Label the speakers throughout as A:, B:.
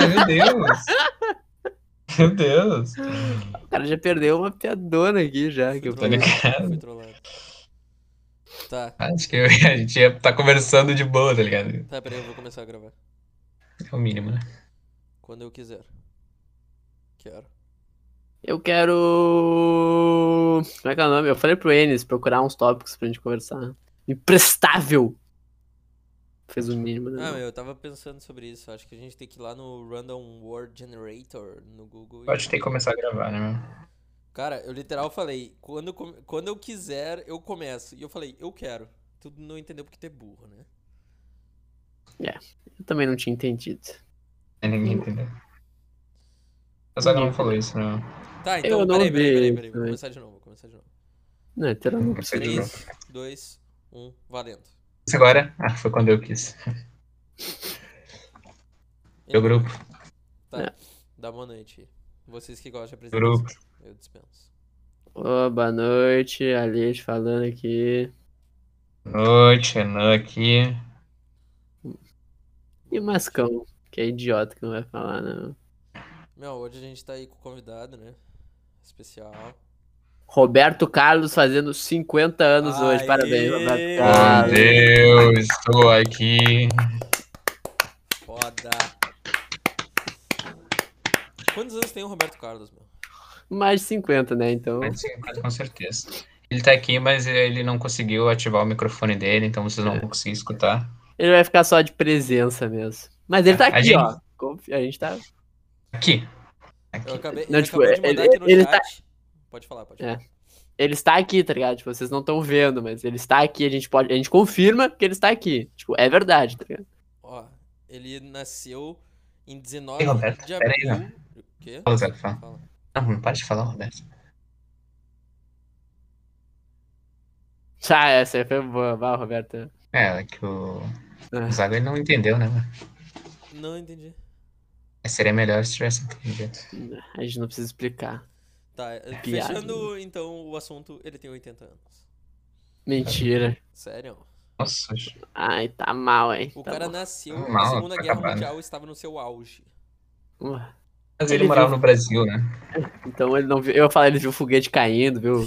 A: Meu Deus. Meu Deus.
B: O cara já perdeu uma piadona aqui já. É Que eu
A: Tá
B: falei.
A: ligado?
C: Fui trollado. Tá,
A: Acho que eu- a gente ia estar conversando de boa, tá ligado?
C: tá, peraí, eu vou começar a gravar.
A: É o mínimo, né?
C: Quando eu quiser. Quero. Ah,
B: Eu quero. Como é que é o nome? Eu falei pro Enes procurar uns tópicos pra gente conversar. Imprestável! Fez o mínimo, né?
C: Ah, meu, eu tava pensando sobre isso. Acho que a gente tem que ir lá no Random Word Generator no Google. e-
A: Pode ter que começar a gravar, né, meu?
C: Cara, eu literal falei, quando, eu come- quando eu quiser, eu começo. E eu falei, eu quero. Tu não entendeu porque tu é burro, né?
B: Eu também não tinha entendido.
A: Aí Ninguém entendeu. O Zaga não falou isso, né? não.
C: Tá, então,
B: Eu não
C: peraí,
B: vi
C: peraí, peraí,
B: isso
C: peraí. Vou
B: também.
C: começar de novo, vou começar de novo.
B: Não, é inteiro não
A: Você
B: precisa.
A: de novo.
C: 3, 2, 1, valendo.
A: Isso agora? Ah, foi quando eu quis. Meu grupo,
C: Tá, dá boa noite. Vocês que gostam de apresentação.
A: grupo.
C: Eu dispenso.
B: Ô, boa noite, Alex falando aqui.
A: Boa Noite, Renan aqui.
B: E o Mascão, que é idiota que não vai falar, né? não.
C: Meu, hoje a gente tá aí com o convidado, né? Especial.
B: Roberto Carlos fazendo 50 anos hoje.
C: Aê!
B: Parabéns, Roberto
A: Bom
C: Ah,
B: Carlos.
A: Deus, estou aqui.
C: Foda. Quantos anos tem o Roberto Carlos, meu?
B: Mais de 50, né? Então.
A: Com certeza. Ele tá aqui, mas ele não conseguiu ativar o microfone dele, então vocês não vão conseguir escutar.
B: Ele vai ficar só de presença mesmo. Mas ele tá
A: A
B: aqui,
A: gente-
B: ó. Confi- A gente tá.
A: Aqui.
C: Eu
A: Aqui.
C: acabei,
B: Não,
C: ele
B: tipo,
C: acabou de mandar
B: ele-
C: aqui no
B: ele tá-
C: chat. Pode falar, pode
B: É.
C: falar.
B: Ele está aqui, tá ligado? Tipo, vocês não estão vendo, mas ele está aqui. A gente pode. A gente confirma que ele está aqui. Tipo, é verdade, tá ligado?
C: Ó, ele nasceu em 19
A: Ei, Roberto,
C: de
A: pera aí,
C: abril. o quê?
A: Fala, Zé, fala.
C: Fala.
A: Não, não para de falar, Roberto.
B: Ah, essa aí foi boa. Vai, Roberto.
A: É, é que o, o Zago ele não entendeu, né? mano?
C: Não entendi.
A: Mas Seria melhor se tivesse entendido.
B: A gente não precisa explicar.
C: Tá,
B: Piada.
C: fechando então o assunto, ele tem 80 anos.
B: Mentira.
C: Sério?
A: Nossa,
B: Ai, tá mal, hein?
C: O
B: Tá
C: cara
B: mal.
C: nasceu
A: Tá
C: na
A: mal,
C: Segunda
A: tá
C: Guerra
A: acabado.
C: Mundial e estava no seu auge.
B: Uh,
A: mas
B: Ele
A: ele morava
B: viu.
A: no Brasil, né?
B: Então ele não viu. Eu falei, ele viu foguete caindo, viu?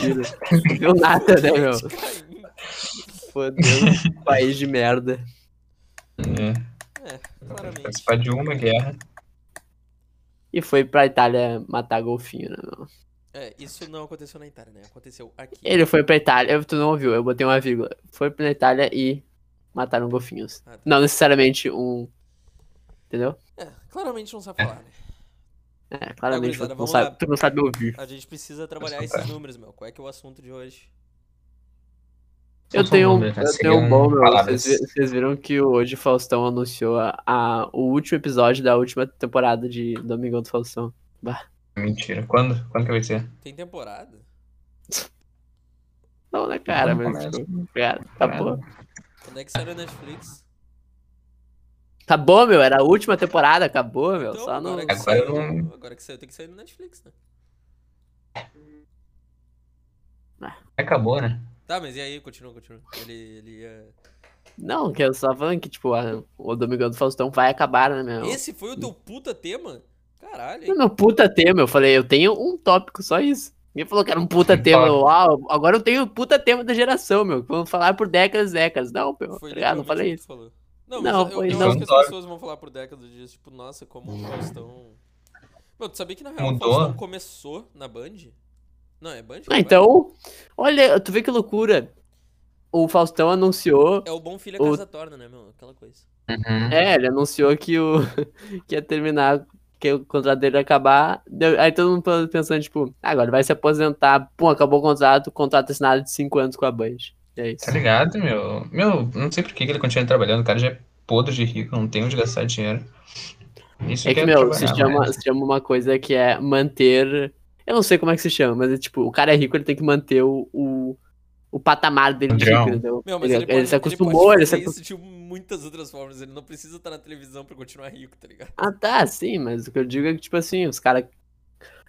B: Tiro. Não viu nada, né, meu?
C: Caindo.
B: Fodeu. País de merda.
A: É.
C: É, claramente.
A: Participar de uma guerra.
B: E foi pra Itália matar golfinho, né, meu?
C: É, isso não aconteceu na Itália, né? Aconteceu aqui.
B: Ele foi pra Itália. Eu- Tu não ouviu, eu botei uma vírgula. Foi pra Itália e mataram golfinhos.
C: Ah, tá.
B: Não necessariamente um. Entendeu?
C: É, claramente não sabe falar, né?
B: É, claramente.
C: gurizada,
B: tu, não
C: vamos lá.
B: sabe, tu não sabe ouvir.
C: A gente precisa trabalhar
A: Mas tá.
C: esses números, meu. Qual é que é o assunto de hoje?
B: Eu
A: São
B: tenho, um-
A: números, né?
B: eu tenho um
A: Seriam
B: bom, meu.
A: palavras.
B: Vocês, vi- vocês viram que hoje o Faustão anunciou a, a- o último episódio da última temporada de Domingão do Faustão.
A: Mentira. Quando? Quando que vai ser?
C: Tem temporada?
B: Não, né, cara?
A: Não
B: mas,
A: começa.
B: tipo, cara, acabou.
C: Quando é que saiu na Netflix?
B: Acabou, Tá meu. Era a última temporada, acabou, meu.
C: Então,
B: Só não.
C: agora, que
A: Agora
C: saiu,
A: não-
C: agora que saiu, tem que sair no Netflix, né?
A: Acabou, né?
C: Tá, mas e aí? Continua, continua. Ele, ele ia...
B: Não, que eu só falando que, tipo, a- o Domingão do Faustão vai acabar, né, meu?
C: Esse foi o teu puta tema? Caralho,
B: Não,
C: hein?
B: É Meu puta tema, eu falei, eu tenho um tópico, só isso. Ninguém falou que era um puta tema. Eu, uau, agora eu tenho o puta tema da geração, meu. que Vamos falar por décadas e décadas. Não, meu.
C: Foi
B: tá ligado? não
C: literalmente
B: falei
C: o que
B: isso.
C: tu falou. Não, mas
B: Não,
C: eu,
B: foi
C: eu
A: não.
C: acho que as pessoas vão falar por décadas disso, tipo, nossa, como o Faustão... Meu, tu sabia que na real
A: Mudou?
C: o Faustão começou na Band? Não, é Band? que
B: Ah,
C: é
B: então, olha, tu vê que loucura. O Faustão anunciou.
C: Band? É o bom filho a
B: O-
C: casa torna, né, meu? Aquela coisa.
A: Uhum.
B: É, ele anunciou que o. que ia terminar, que o contrato dele ia acabar. Deu- Aí todo mundo pensando, tipo, ah, agora ele vai se aposentar. Pum, acabou o contrato, contrato assinado de 5 anos com a Band. É isso.
A: Tá ligado, meu? Meu, não sei por que que ele continua trabalhando. O cara já é podre de rico, não tem onde gastar dinheiro. Isso
B: É que,
A: é
B: meu, se
A: trabalhar,
B: chama,
A: né?
B: se chama uma coisa que é manter. Eu não sei como é que se chama, mas é tipo, o cara é rico, ele tem que manter o, o, o patamar dele de
A: Padrão.
B: rico, entendeu?
C: Meu, mas
B: ele,
C: ele, pode,
B: ele se
C: ele pode
B: acostumou, ele, se
C: fazer
B: acostumou.
C: isso de muitas outras formas. Ele não precisa estar na televisão pra continuar rico, tá ligado?
B: Ah, tá, sim, mas o que eu digo é que, tipo assim, os caras.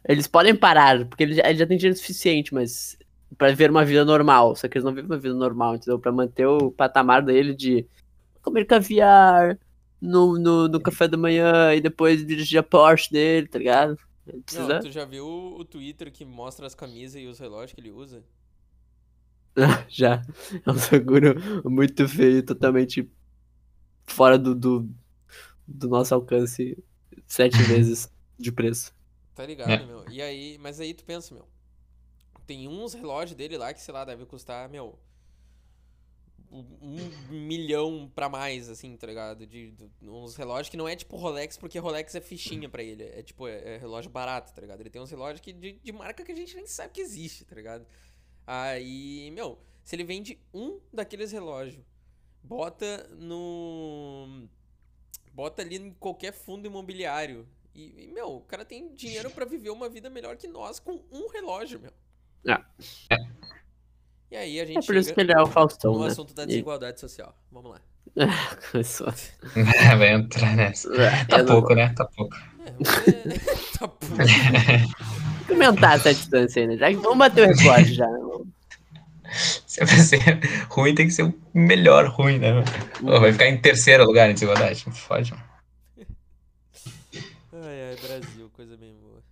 B: Eles podem parar, porque ele já, ele já tem dinheiro suficiente, mas. Pra ver uma vida normal. Só que eles não vivem uma vida normal, entendeu? Pra manter o patamar dele de comer caviar, no, no, no café da manhã e depois dirigir a Porsche dele, tá ligado? Ele precisa.
C: Não, tu já viu o Twitter que mostra as camisas e os relógios que ele usa?
B: Já. É um seguro muito feio, totalmente fora do, do, do nosso alcance, sete vezes de preço.
C: Tá ligado,
A: É.
C: meu? E aí, mas aí tu pensa, meu. Tem uns relógios dele lá que, sei lá, deve custar, meu. Um um milhão pra mais, assim, tá ligado? De, de- uns relógios que não é tipo Rolex, porque Rolex é fichinha pra ele. É tipo, é, é relógio barato, tá ligado? Ele tem uns relógios que, de, de marca que a gente nem sabe que existe, tá ligado? Aí, meu, se ele vende um daqueles relógios, bota no. Bota ali em qualquer fundo imobiliário. E, e, meu, o cara tem dinheiro pra viver uma vida melhor que nós com um relógio, meu.
B: É.
C: E aí a gente
B: É por isso que
C: chega
B: ele é o Faustão,
C: no
B: né? É
C: assunto da
B: E-
C: desigualdade social. Vamos lá.
B: Começou.
A: né? Vai entrar nessa. Tá
B: Eu não
A: pouco, né? Tá pouco.
C: É, você... tá puto.
B: vou Aumentar essa distância ainda, já que vamos bater o recorde já. né, mano?
A: Se vai ser ruim, tem que ser o melhor ruim, né? Pô, vai ficar em terceiro lugar em desigualdade. Fode, mano.
C: Ai, ai, Brasil, coisa bem boa.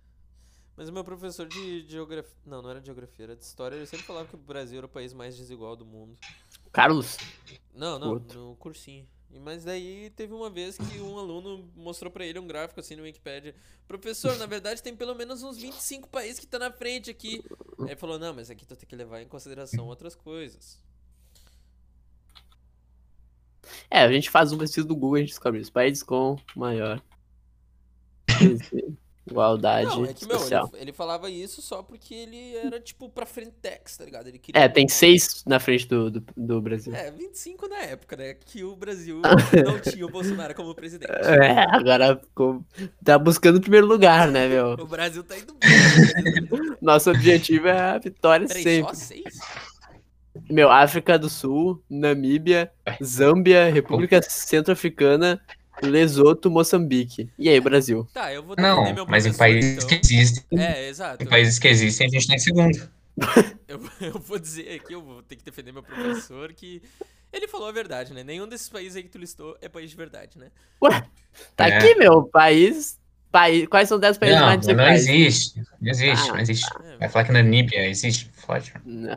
C: Mas o meu professor de geografia. Não, não era de geografia, era de história. Ele sempre falava que o Brasil era o país mais desigual do mundo.
B: Carlos,
C: Não, não,
B: Outro.
C: no cursinho. E- Mas daí teve uma vez que um aluno mostrou pra ele um gráfico assim no Wikipedia. Professor, na verdade tem pelo menos uns 25 países que tá na frente aqui. Aí ele falou, não, mas aqui tu tem que levar em consideração outras coisas.
B: é, a gente faz um pesquisa do Google, a gente descobre os países com maior igualdade
C: Não, é que, meu,
B: social.
C: ele, ele falava isso só porque ele era, tipo, pra Frentex, tá ligado? Ele queria...
B: É, tem seis na frente do, do, do Brasil.
C: É, 25 na época, né? Que o Brasil não tinha o Bolsonaro como presidente.
B: É, agora ficou- tá buscando o primeiro lugar, né, meu?
C: O Brasil tá indo bem. o Brasil tá indo bem.
B: Nosso objetivo é a vitória
C: Peraí,
B: sempre.
C: só seis?
B: Meu, África do Sul, Namíbia,
A: É. Tá
B: Zâmbia, República Centro-Africana, Lesoto, Moçambique. E aí, Brasil?
C: Tá, eu vou defender
A: Não,
C: meu
A: mas em
C: professor,
A: países
C: então.
A: que existem,
C: É, exato.
A: em países que existem, a gente tá em segundo.
C: Eu, eu vou dizer aqui, eu vou ter que defender meu professor, que ele falou a verdade, né? Nenhum desses países aí que tu listou é país de verdade, né?
B: Tá
A: É.
B: aqui, meu, país. país quais são 10 países
A: Não,
B: mais
A: não
B: desiguais?
A: existe. Não existe,
B: Ah.
A: não existe.
C: É,
A: Vai falar que na Namíbia existe? Fode. mano.
B: Não.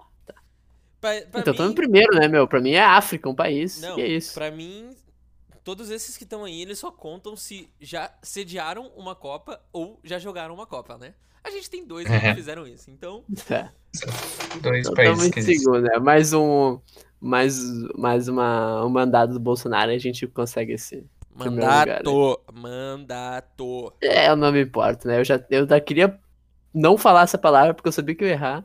C: pra, pra
B: Então, tô
C: mim,
B: em primeiro, né, meu? Pra mim é África, um país.
C: Não,
B: e é isso.
C: pra mim, todos esses que estão aí, eles só contam se já sediaram uma Copa ou já jogaram uma Copa, né? A gente tem dois que não
A: Uhum.
C: fizeram isso, então...
A: Dois
B: Tá. Então,
A: países
B: estamos
A: que
B: em
A: existem.
B: segundo, né? Mais um. Mais, mais uma, um mandado do Bolsonaro e a gente consegue esse. Primeiro lugar, né?
C: Mandato, mandato.
B: É, eu não me importo, né? Eu já, eu já queria não falar essa palavra porque eu sabia que eu ia errar.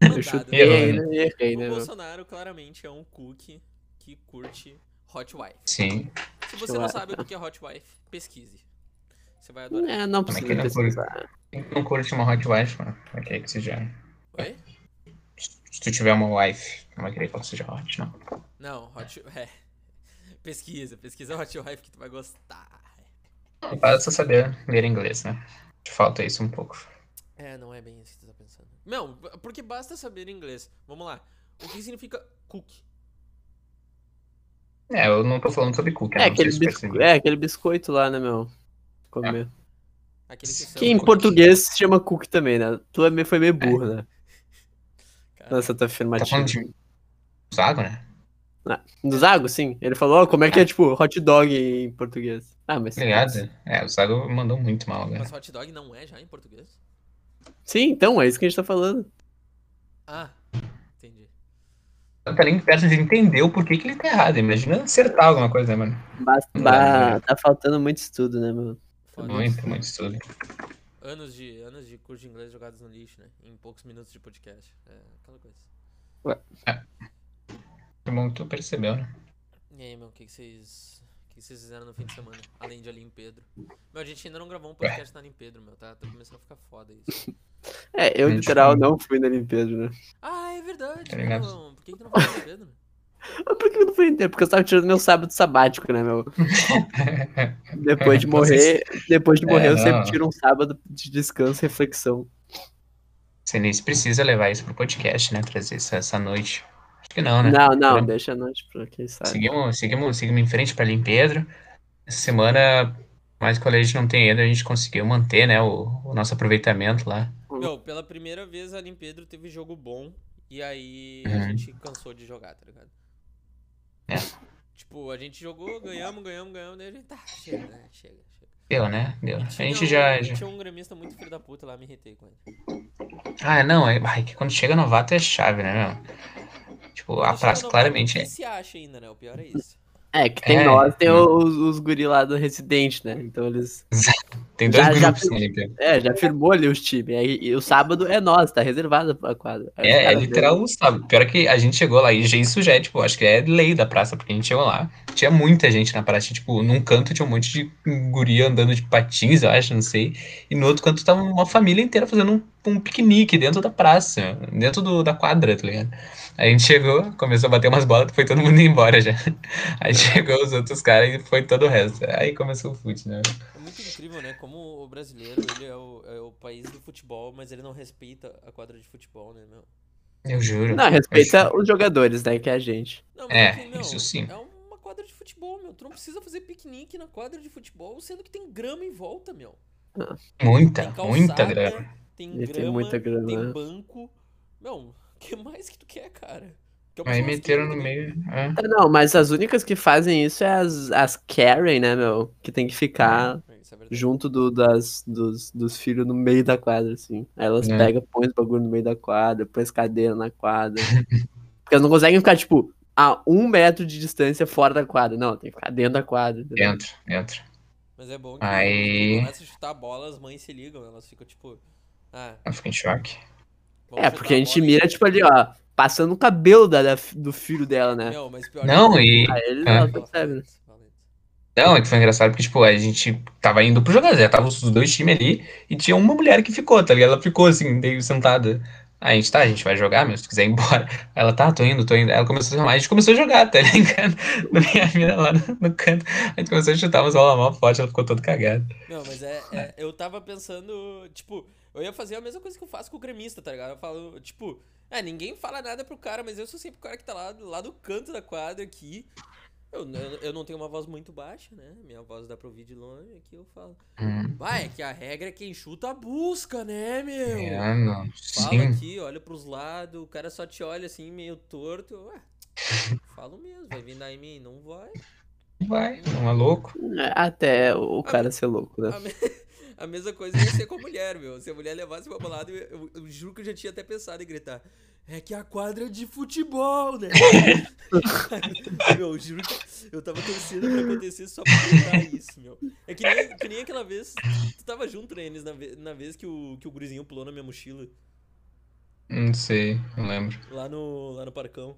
B: Eu
C: Mandado.
B: chutei
A: Errou,
B: ainda e errei,
C: O
B: né, meu?
C: Bolsonaro claramente é um cookie que curte Hot Wife.
A: Sim.
C: Se você não
B: Claro.
C: sabe o que é Hot Wife, pesquise. Você vai adorar.
B: É, não
A: Como é que
B: precisa
A: ele não foi?
B: pesquisar.
A: Quem que não curte uma hot wife, mano? Vai querer que seja.
C: Oi?
A: Se tu tiver uma wife, não vai querer que ela seja hot, não.
C: Não, Hot é. Pesquisa, pesquisa Hot Wife que tu vai gostar.
A: Basta saber ler inglês, né? Te falta isso um pouco.
C: É, não é bem isso que tu tá pensando. Não, porque basta saber inglês. Vamos lá. O que significa cookie?
A: É, eu não tô falando sobre cookie, né?
B: É,
A: Não sei
B: aquele
A: se
B: bisco-
A: percebi.
B: é, aquele biscoito lá, né, meu? Comer.
C: Aquele que
B: Que
C: são
B: em
C: cookie.
B: português se chama cook também, né? Tu um é meio- foi meio burro, né?
C: Cara,
B: Nossa, tua
A: Tá
B: afirmativa.
A: falando de Zago, né?
B: Do Zago, sim. Ele falou, ó, como é que é, tipo, hot dog em português. Ah, mas...
A: Ah. Obrigado. É, o Zago mandou muito mal, velho.
C: Mas hot dog não é já em português?
B: Sim, então, é isso que a gente tá falando.
C: Ah, entendi.
A: Não tá nem perto de entender o porquê que ele tá errado. Imagina acertar alguma coisa, né, mano?
B: Basta,
A: Não
B: ba-
A: dá,
B: tá faltando muito estudo, né, meu?
C: Foda.
A: Muito, muito estudo.
C: Anos de, anos de curso de inglês jogados no lixo, né? Em poucos minutos de podcast. É, aquela coisa.
A: Que bom que tu percebeu, né?
C: E aí, meu, o que, que vocês. O que, que vocês fizeram no fim de semana? Além de ali em Pedro. Meu, a gente ainda não gravou um podcast na Alim Pedro, meu, tá? Tá começando a ficar foda isso.
B: É, eu,
A: Gente,
B: literal,
A: como-
B: não fui na Olimpíada, né?
C: Ah, é verdade,
A: Tá ligado?
C: meu. Por que, que tu não falou em Pedro?
B: Mas por que eu não fui inteiro? Porque eu tava tirando meu sábado sabático, né, meu? Depois de morrer, depois de
A: É,
B: morrer, eu sempre
A: não.
B: tiro um sábado de descanso e reflexão.
A: Você nem precisa levar isso pro podcast, né? Trazer essa, essa noite Acho que não, né?
B: Não, não,
A: Não.
B: deixa nós pra quem sabe.
A: Seguimos, seguimos, seguimos em frente para ali em Pedro. Essa semana, mais que a gente não tem ainda, a gente conseguiu manter, né, o, o nosso aproveitamento lá.
C: Meu, pela primeira vez ali em Pedro teve jogo bom. E aí
A: Uhum.
C: a gente cansou de jogar, tá ligado?
A: É.
C: Tipo, a gente jogou, ganhamos, ganhamos, ganhamos. Daí a gente tá, chega, né? Chega, chega.
A: Deu, né? Deu. A
C: Tinha
A: gente
C: um-
A: já, já-
C: Tinha um gramista muito filho da puta lá, me irritei com ele.
A: Ah, não, é, ai, que quando chega novato é chave, né, meu? Tipo, a
C: Quando chega
A: praça
C: no
A: claramente
C: Vasco,
A: é.
C: que se acha ainda, né? O pior é isso.
B: É, que tem
A: É.
B: nós, tem os, os guri lá do Residente, né? Então eles.
A: Tem dois
B: Já- já
A: grupos né, Pedro?
B: É, já firmou ali os times. aí- E, o sábado é nós, tá reservado pra quadra. Aí os
A: É, é
B: caras
A: literal, sabe? Pior é que a gente chegou lá e já- isso já é, tipo, acho que é lei da praça, porque a gente chegou lá, tinha muita gente na praça, tipo, num canto tinha um monte de guria andando de patins, eu acho, não sei, e no outro canto tava uma família inteira fazendo um, um piquenique dentro da praça, dentro do- da quadra, tá ligado? Aí a gente chegou, começou a bater umas bolas, foi todo mundo embora já. Aí chegou os outros caras e foi todo o resto. Aí começou o fute, né?
C: É muito incrível, né? Como o brasileiro, ele é o, é o país do futebol, mas ele não respeita a quadra de futebol, né, meu?
A: Eu juro.
B: Não, respeita os jogadores, né? Que é a gente.
C: Não, mas
A: É,
C: é, que, meu,
A: isso sim.
C: é uma quadra de futebol, meu. Tu não precisa fazer piquenique na quadra de futebol, sendo que tem grama em volta, meu.
A: Muita,
C: Tem
A: muita
C: calçada,
A: grana.
C: Tem
B: E
C: grama,
B: tem muita grana.
C: tem banco. Não, o que mais que tu quer, cara? Que é uma
A: Aí
C: zona
A: meteram no
C: esquerda, né?
A: meio. ah.
B: É, não, mas as únicas que fazem isso é as, as Karen, né, meu? Que tem que ficar
C: É, isso é verdade.
B: junto do, das, dos, dos filhos no meio da quadra, assim. Aí elas
A: É.
B: pegam, põem os bagulho no meio da quadra, põem as cadeiras na quadra. Porque elas não conseguem ficar, tipo, a um metro de distância fora da quadra. Não, tem que ficar dentro da quadra. entendeu?
A: Dentro, dentro.
C: Mas é bom que
A: Aí-
C: quando começa a chutar a bola, as mães se ligam, elas ficam tipo. Ah,
A: Eu fico em choque.
C: vamos
B: É,
C: chutar
B: porque a gente
C: bola
B: mira,
C: aqui.
B: tipo, ali, ó, passando o cabelo da, da- do filho dela, né?
C: Não, mas pior
A: Não,
C: que...
A: e.
B: Aí eles
A: É.
B: ela percebe, né?
A: Não, é que foi engraçado porque, tipo, a gente tava indo pro jogar, já tava os dois times ali, e tinha uma mulher que ficou, tá ligado? Ela ficou assim, meio sentada. Aí a gente tá, a gente vai jogar, meu, se tu quiser ir embora. Ela tá, tô indo, tô indo. Ela começou a chamar, a gente começou a jogar, tá ligado? No minha mina lá no, no canto. A gente começou a chutar umas bolas mal forte, ela ficou toda cagada.
C: Não, mas é, é- Eu tava pensando, tipo, eu ia fazer a mesma coisa que eu faço com o gremista, tá ligado? Eu falo, tipo, é, ninguém fala nada pro cara, mas eu sou sempre o cara que tá lá, lá do canto da quadra aqui. Eu, eu, eu não tenho uma voz muito baixa, né? Minha voz dá pra ouvir de longe, aqui eu falo.
A: Hum,
C: Vai, é que a regra é quem chuta busca, né, meu?
A: é, não,
C: Fala
A: sim.
C: aqui, olha pros lados, o cara só te olha assim, meio torto. eu, Ué, falo mesmo, vai vir dar em mim? Não vai.
A: Vai, é um maluco.
B: É, Até o cara ser louco, né?
C: A, me- a mesma coisa ia ser com a mulher, meu. Se a mulher levasse uma bolada, eu, eu- eu juro que eu já tinha até pensado em gritar. É que a quadra é de futebol, né? meu, eu juro que eu tava torcendo pra acontecer só pra gritar isso, meu. É que nem, que nem aquela vez. Tu tava junto, né, Enes, na, ve- na vez que o, que o gurizinho pulou na minha mochila,
A: Não sei, não lembro.
C: lá no, lá no parcão.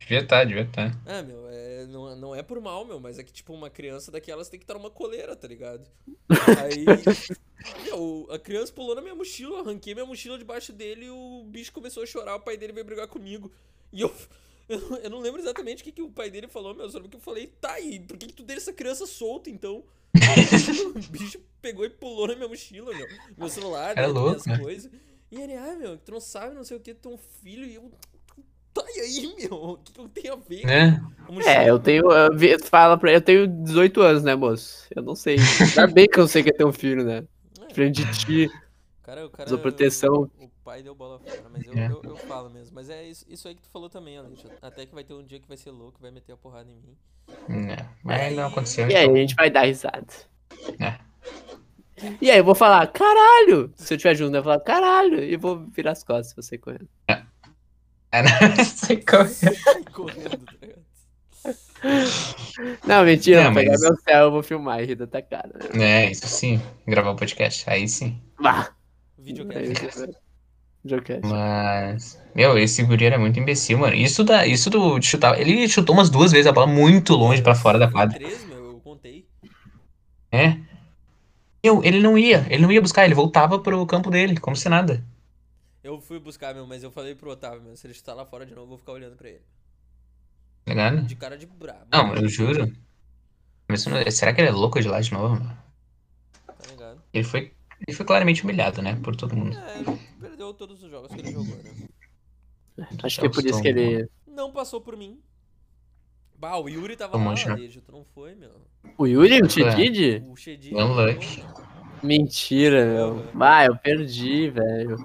A: Devia tá, devia tá.
C: Ah, meu, é, não, não é por mal, meu, mas é que, tipo, uma criança daquelas tem que estar numa coleira, tá ligado? Aí. meu, a criança pulou na minha mochila, eu arranquei minha mochila debaixo dele e o bicho começou a chorar, o pai dele veio brigar comigo. E eu. Eu, não- eu não lembro exatamente o que, que o pai dele falou, meu, só lembro que eu falei, tá aí, por que, que tu deixa essa criança solta então? o bicho pegou e pulou na minha mochila, meu. Meu celular,
A: Era
C: né,
A: louco,
C: minhas
A: né?
C: coisas. E ele, ah, meu, tu não sabe, não sei o que, tu é um filho, e eu. Tá e aí, meu, o que, que eu tenho a ver?
A: Né?
C: Vamos
B: É,
C: chamar.
B: eu tenho. eu vi- Fala pra eu tenho 18 anos, né, moço? Eu não sei. Ainda bem que eu sei que é teu filho, né?
C: É,
B: Frente de ti.
C: cara, o cara,
B: usou proteção.
C: O, o pai deu bola fora, mas eu,
A: É.
C: eu, eu falo mesmo. Mas é isso, isso aí que tu falou também, Alexa. Até que vai ter um dia que vai ser louco, vai meter a porrada em mim.
A: Não, mas não aconteceu.
B: E aí, a gente vai dar risada.
A: Então É.
B: E aí, eu vou falar, caralho! Se eu tiver junto, eu vou falar, caralho! E vou virar as costas, você correndo.
A: É, não sei como.
C: Sai correndo, tá ligado?
B: Não, mentira,
A: Não,
B: vou pegar
A: mas-
B: meu céu, eu vou filmar e rir da tua cara. né?
A: É, isso sim, gravar o podcast, aí sim.
B: Bah! Aí,
A: É
C: Videocast.
B: Joker.
A: Mas, meu, esse guri era muito imbecil, mano. Isso, da, isso do de chutar. Ele chutou umas duas vezes a bola muito longe pra fora da
C: Foi
A: quadra.
C: Três, meu, eu contei.
A: É. Meu, ele não ia, ele não ia buscar, ele voltava pro campo dele, como se nada.
C: Eu fui buscar, meu, mas eu falei pro Otávio, meu, se ele chutar lá fora de novo, eu vou ficar olhando pra ele.
A: Tá ligado?
C: De cara de brabo. né,
A: Não, eu juro. Mas isso não- será que ele é louco de lá de novo, mano?
C: Tá ligado?
A: Ele foi, ele foi claramente humilhado, né? Por todo mundo.
C: É, ele perdeu todos os jogos que ele jogou, né?
B: Acho que é por
A: então,
B: isso que ele.
C: Não passou por mim. Bah, o Yuri tava
A: Tomou um
C: lá,
A: já.
C: Alejo, tu não foi, meu.
B: O Yuri, o
A: É.
B: Tidid?
C: O Shedi.
A: Não, Luck.
B: Mentira, meu. Ah, eu perdi, velho.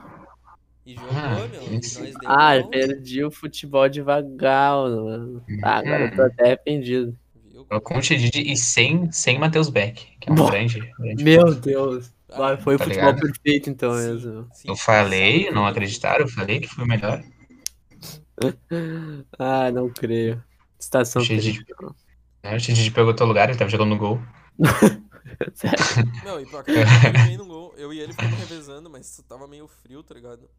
C: E jogou,
A: Ah,
C: meu.
A: sim,
C: E nós
A: sim.
C: deu um,
B: Ah, eu
C: mal,
B: perdi o futebol devagar, mano. Ah, agora
A: Hum.
B: eu tô até arrependido.
C: viu?
A: Com o Chedid e sem, sem Matheus Beck, que é um
B: Bom.
A: grande, grande.
B: Meu Deus. Ah,
C: Ah,
B: foi o
A: Tá
B: futebol
A: ligado?
B: perfeito, então,
C: sim,
B: mesmo.
C: sim.
A: Eu falei, não acreditaram, eu falei que foi o melhor.
B: Ah, não creio. Estação
A: Cheio de-
B: triste.
A: Né? O Chedid pegou teu lugar, ele tava jogando no gol.
B: Sério.
C: Não, e pra cá, eu bem no gol. Eu e ele ficamos revezando, mas tava meio frio, tá ligado?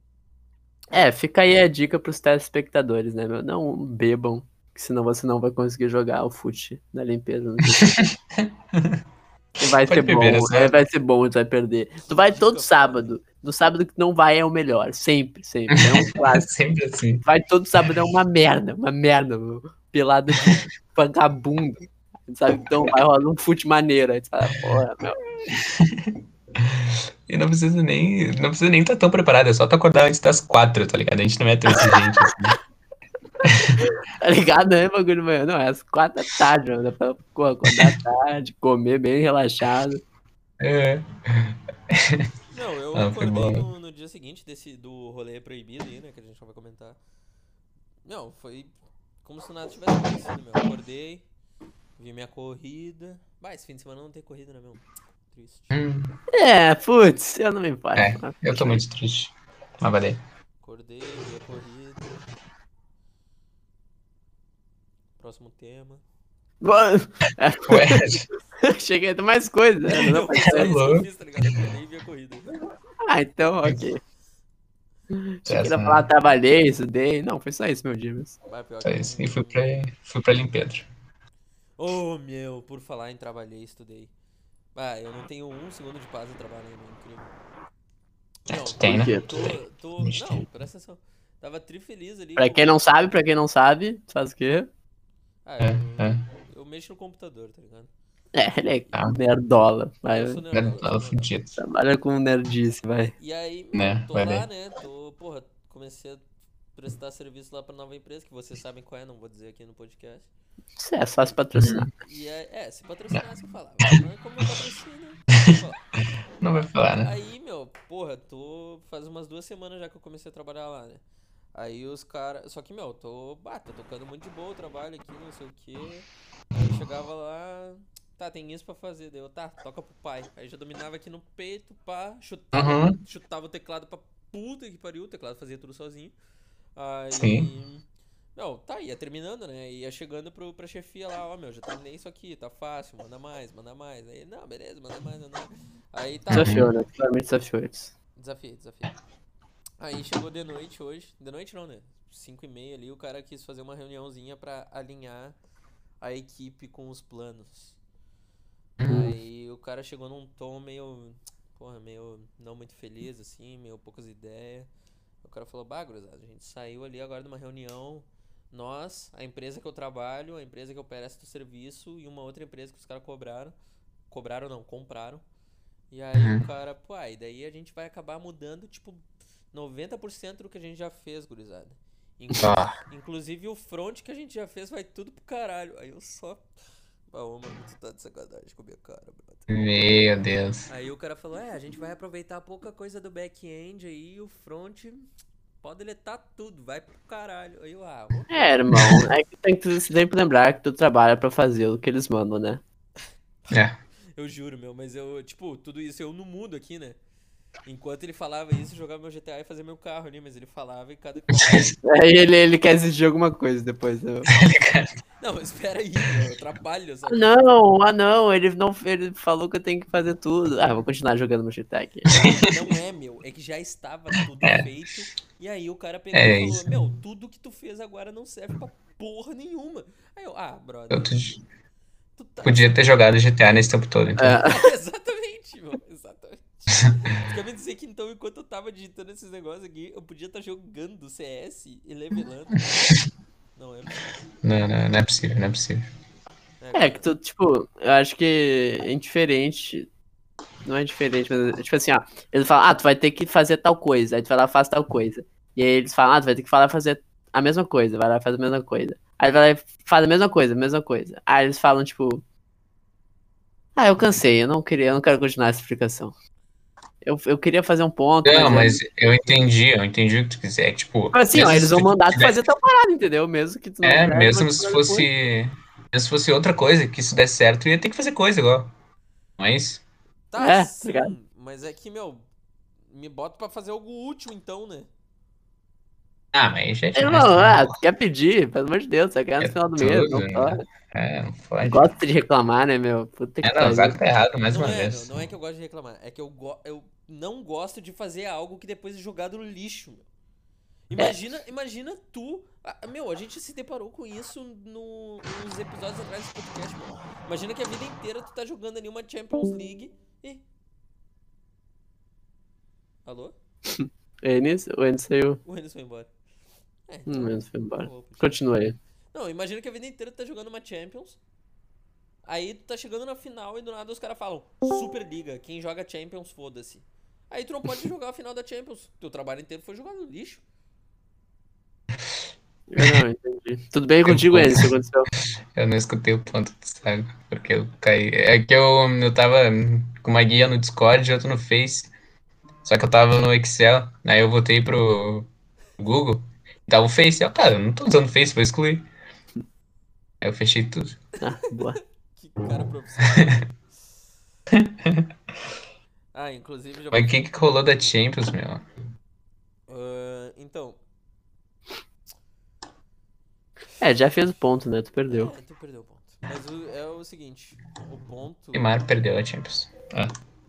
B: É, fica aí a dica pros telespectadores, né, meu? Não bebam, que senão você não vai conseguir jogar o fute na limpeza. não tem- E vai
A: Pode
B: ser
A: beber, é
B: bom,
A: sério.
B: é, vai ser bom, tu vai perder. Tu vai todo
C: Dica,
B: sábado. No sábado que não vai é o melhor, sempre, sempre. É um clássico.
A: Sempre assim.
B: Vai todo sábado é uma merda, uma merda, meu. Pelada de vagabundo. Sabe? Então vai rolar um fute maneiro. Aí tu fala, porra, meu.
A: E não precisa nem. Não precisa nem estar tão preparado, é só tu acordar antes das quatro, tá ligado? A gente não é tão exigente assim.
B: Tá ligado? Não é bagulho de manhã, não. É às quatro da tarde, mano. Dá pra pô, acordar tarde, comer bem relaxado.
A: É.
C: Não, eu
A: Ah, foi
C: acordei
A: bom.
C: no, no dia seguinte desse, do rolê proibido aí, né? Que a gente não vai comentar. Não, foi como se nada tivesse acontecido, meu. Acordei, vi minha corrida. Mas esse fim de semana não tem corrida, né, meu? Triste.
A: Hum,
B: É, putz, eu não me importo.
A: É, eu tô muito triste. Mas valeu.
C: Acordei, vi a corrida. Próximo tema.
B: Bom,
A: Ué,
B: Cheguei a ter mais coisa. né? Não
C: Eu
B: faz
C: fiz isso que
B: coisa.
C: eu fiz, tá ligado? Acordei e vi a corrida.
B: Ah, então, ok. Cheguei a
A: essa, é
B: falar, trabalhei, estudei. Não, foi só isso, meu dia. Mas...
C: Vai, pior
A: só
C: que-
A: é isso. E fui pra, fui pra Limpedro.
C: Oh, meu, por falar em trabalhei, estudei. Ah, eu não tenho um segundo de paz em trabalho ainda, incrível.
A: É,
C: Não,
A: tu tem, né?
B: por quê?
C: Tô, tô...
A: A gente
C: Não,
A: tem.
C: presta atenção. Tava trifeliz ali.
B: Pra
C: com-
B: quem não sabe, pra quem não sabe, tu faz o quê?
C: Ah,
A: É,
C: eu,
A: é.
C: eu mexo no computador, tá ligado?
B: É, ele é
A: Ah.
B: nerdola. Vai,
C: Eu sou
A: Era
C: nerdola, sou
A: tava
C: nerdola.
A: É, tá fudido.
B: trabalha com nerdice, vai.
C: E aí,
A: Né,
C: tô
A: vai
C: lá,
A: daí.
C: né? Tô, porra, comecei a prestar serviço lá pra nova empresa, que vocês sabem qual é, não vou dizer aqui no podcast.
B: Isso é fácil patrocinar.
A: Uhum.
C: E aí, é, se patrocinasse eu falava. Mas como não patrocina, é eu vou falar.
A: Não vai falar, né?
C: Aí, meu, porra, tô. Faz umas duas semanas já que eu comecei a trabalhar lá, né? Aí os caras. Só que, meu, tô. Bah, tô tocando muito de boa o trabalho aqui, não sei o quê. Aí eu chegava lá. Tá, tem isso pra fazer. Daí eu, tá, toca pro pai. Aí já dominava aqui no peito, pá, chutava,
A: Uhum.
C: chutava o teclado pra puta que pariu, o teclado fazia tudo sozinho. Aí.
A: Sim.
C: Não, tá, ia terminando, né? Ia chegando pro, pra chefia lá, ó, meu, já terminei isso aqui, tá fácil, manda mais, manda mais. Aí, não, beleza, manda mais, manda mais. Aí tá.
B: Desafiou, né? Claramente desafiou eles.
C: Desafiei, desafiei. Aí chegou de noite hoje. De noite não, né? 5 e meia ali, o cara quis fazer uma reuniãozinha pra alinhar a equipe com os planos.
A: Hum.
C: Aí o cara chegou num tom meio. Porra, meio não muito feliz, assim, meio poucas ideias. O cara falou, bah, gurizada, a gente saiu ali agora de uma reunião. Nós, a empresa que eu trabalho, a empresa que oferece o serviço e uma outra empresa que os caras cobraram. Cobraram não, compraram. E aí o
A: Uhum.
C: cara, pô, aí daí a gente vai acabar mudando, tipo, 90% do que a gente já fez, gurizada. Inclu-
A: Tá.
C: Inclusive o front que a gente já fez vai tudo pro caralho. Aí eu só. Ah, ô, mano, tu tá de sacanagem com a minha cara, brother.
A: Meu Deus.
C: Aí o cara falou: É, a gente vai aproveitar pouca coisa do back-end aí, o front pode deletar tudo, vai pro caralho. Aí eu, ah, ô,
B: É, irmão, é que tem que sempre lembrar que tu trabalha pra fazer o que eles mandam, né?
A: É.
C: eu juro, meu, mas eu, tipo, tudo isso eu não mudo aqui, né? Enquanto ele falava isso, eu jogava meu GTA e fazia meu carro ali, mas ele falava e cada.
B: Aí ele, ele quer exigir alguma coisa depois. né?
C: não, espera aí, meu, eu atrapalho,
B: Ah,
C: sabe?
B: não, ah não, ele não ele falou que eu tenho que fazer tudo. Ah, vou continuar jogando meu GTA aqui.
C: Não é, meu. É que já estava tudo feito. E aí o cara pegou
A: É
C: e falou,
A: isso.
C: meu, tudo que tu fez agora não serve pra porra nenhuma. Aí eu, ah, brother,
A: Eu tu-
C: tu tá...
A: podia ter jogado GTA nesse tempo todo, então.
B: É,
C: exatamente, meu, exatamente. Tu quer me dizer que então, enquanto eu tava digitando esses negócios aqui, eu podia estar jogando CS e levelando? né? Não é,
A: Não, não, não é possível, não é possível.
B: é que tu, tipo, eu acho que é indiferente. Não é diferente, mas é tipo assim, ó, ele fala, ah, tu vai ter que fazer tal coisa, aí tu vai lá e faz tal coisa. E aí eles falam, ah, tu vai ter que falar fazer a mesma coisa, vai lá e faz a mesma coisa. Aí vai lá e faz a mesma coisa, a mesma coisa. Aí eles falam, tipo. Ah, eu cansei, eu não queria, eu não quero continuar essa explicação. Eu, eu queria fazer um ponto.
A: Não,
B: mas
A: mas eu entendi, eu entendi o que tu quiser. Tipo,
B: Mas assim, ó,
A: mesmo
B: eles
A: se
B: vão
A: tu
B: mandar tu
A: tiver-
B: fazer tua parada, entendeu? Mesmo que tu não
A: É,
B: queira,
A: mesmo
B: mas tu
A: se
B: vai depois.
A: fosse. Mesmo se fosse outra coisa, que se desse certo, ia ter que fazer coisa igual. Não é isso?
C: Tá,
B: É,
C: sim,
B: obrigado.
C: mas é que, meu, me bota pra fazer algo útil então, né?
A: Ah, mas gente.
B: Eu
A: mas-
B: não, ah, tu quer pedir, pelo amor de Deus, tu vai ganhar no
A: É
B: final do
A: tudo,
B: mês, não
A: né?
B: pode.
A: É, não
B: Eu
A: pode.
B: Gosto de reclamar, né, meu? Puta que
A: É, não, o
B: pariu.
A: Zaco tá errado mais
C: não
A: uma
C: é,
A: vez.
C: meu, não é que eu gosto de reclamar, é que eu, go- eu não gosto de fazer algo que depois é jogado no lixo,
A: É.
C: meu. Imagina, imagina tu. ah, Meu, a gente se deparou com isso no, nos episódios atrás do podcast, meu. Imagina que a vida inteira tu tá jogando ali uma Champions League e. Alô?
B: O Enes, o Enes saiu.
C: O Enes foi embora. É, então,
B: Hum, o Enes foi embora.
C: falou, podia.
B: Continua aí.
C: Não, imagina que a vida inteira tu tá jogando uma Champions. Aí tu tá chegando na final e do nada os caras falam: Superliga, quem joga Champions, foda-se. Aí tu não pode jogar a final da Champions. Teu trabalho inteiro foi jogar no lixo.
B: Eu não entendi. Tudo bem contigo,
A: bom.
B: Enes? O que aconteceu?
A: Eu não escutei o ponto do Zago, porque eu caí. É que eu, eu tava hum, com uma guia no Discord e outra no Face. Só que eu tava no Excel, aí eu voltei pro Google, tava o Face. Eu, cara, eu não tô usando o Face, vou excluir. Aí eu fechei tudo.
B: Ah, boa.
C: Que cara profissional. ah, inclusive já.
A: Mas o que que rolou da Champions, meu?
C: Ah, então.
B: É, já fez o ponto, né? Tu perdeu.
C: É, tu perdeu o ponto. Mas o- é o seguinte: o ponto.
A: O Neymar perdeu a Champions.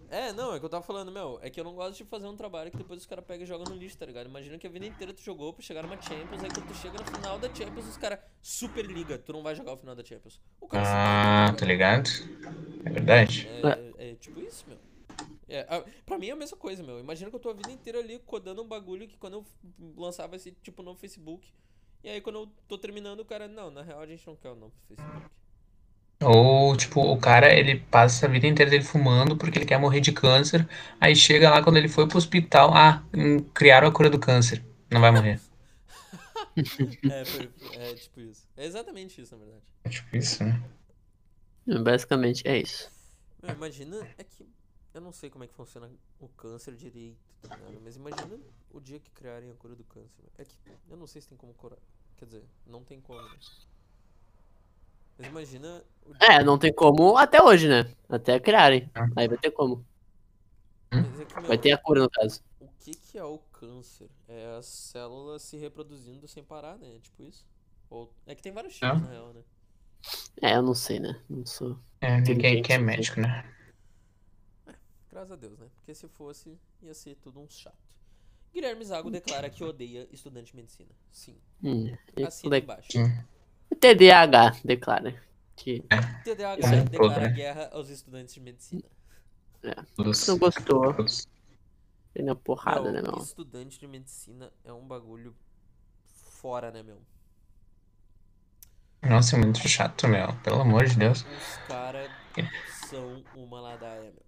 C: É, não, é que eu tava falando, meu, é que eu não gosto de fazer um trabalho que depois os caras pegam e jogam no lixo, tá ligado? Imagina que a vida inteira tu jogou pra chegar numa Champions, aí quando tu chega no final da Champions, os caras Superliga, tu não vai jogar o final da Champions. O cara se mata,
A: Ah,
C: tá
A: tá
C: ligado?
A: ligado? É verdade.
C: é, é tipo isso, meu. É, a- pra mim é a mesma coisa, meu. Imagina que eu tô a vida inteira ali codando um bagulho que quando eu lançar vai ser tipo no Facebook. E aí quando eu tô terminando, o cara, não, na real a gente não quer o nome do Facebook.
A: Ou, tipo, o cara, ele passa a vida inteira dele fumando porque ele quer morrer de câncer. Aí chega lá, quando ele foi pro hospital, ah, hum, criaram a cura do câncer. Não vai morrer.
C: É, foi- é tipo isso. É exatamente isso, na verdade.
A: É tipo isso, né?
B: Basicamente é isso.
C: Meu, imagina, é que eu não sei como é que funciona o câncer direito, tá ligado? Mas imagina o dia que criarem a cura do câncer. meu. É que eu não sei se tem como curar. Quer dizer, não tem como. né? Mas imagina o dia.
B: É, não tem como até hoje, né? Até criarem.
A: Ah.
B: Aí vai ter como.
C: Mas é que, meu,
B: Vai ter a cura, no caso.
C: O que que é o câncer? É a célula se reproduzindo sem parar, né? É tipo isso? Ou... É que tem vários tipos,
A: É.
C: na real, né?
B: É, eu não sei, né? Não sou.
A: É, ninguém aqui é
B: Inteligente.
A: médico, né?
C: Graças a Deus, né? Porque se fosse, ia ser tudo um chato. Guilherme Zago declara que odeia estudante de medicina. Sim.
B: Hum. eu
C: Assina
B: dec-
C: embaixo.
B: TDAH, declara. Que
C: TDAH
A: Como um todo,
C: declara
A: né?
C: guerra aos estudantes de medicina.
A: Todos,
B: se não gostou,
A: todos.
B: ele é uma porrada, né,
C: Meu,
B: meu?
C: Estudante de medicina é um bagulho fora, né, meu?
A: Nossa, é muito chato, meu. Pelo amor de Deus.
C: Os caras são uma ladaia, meu.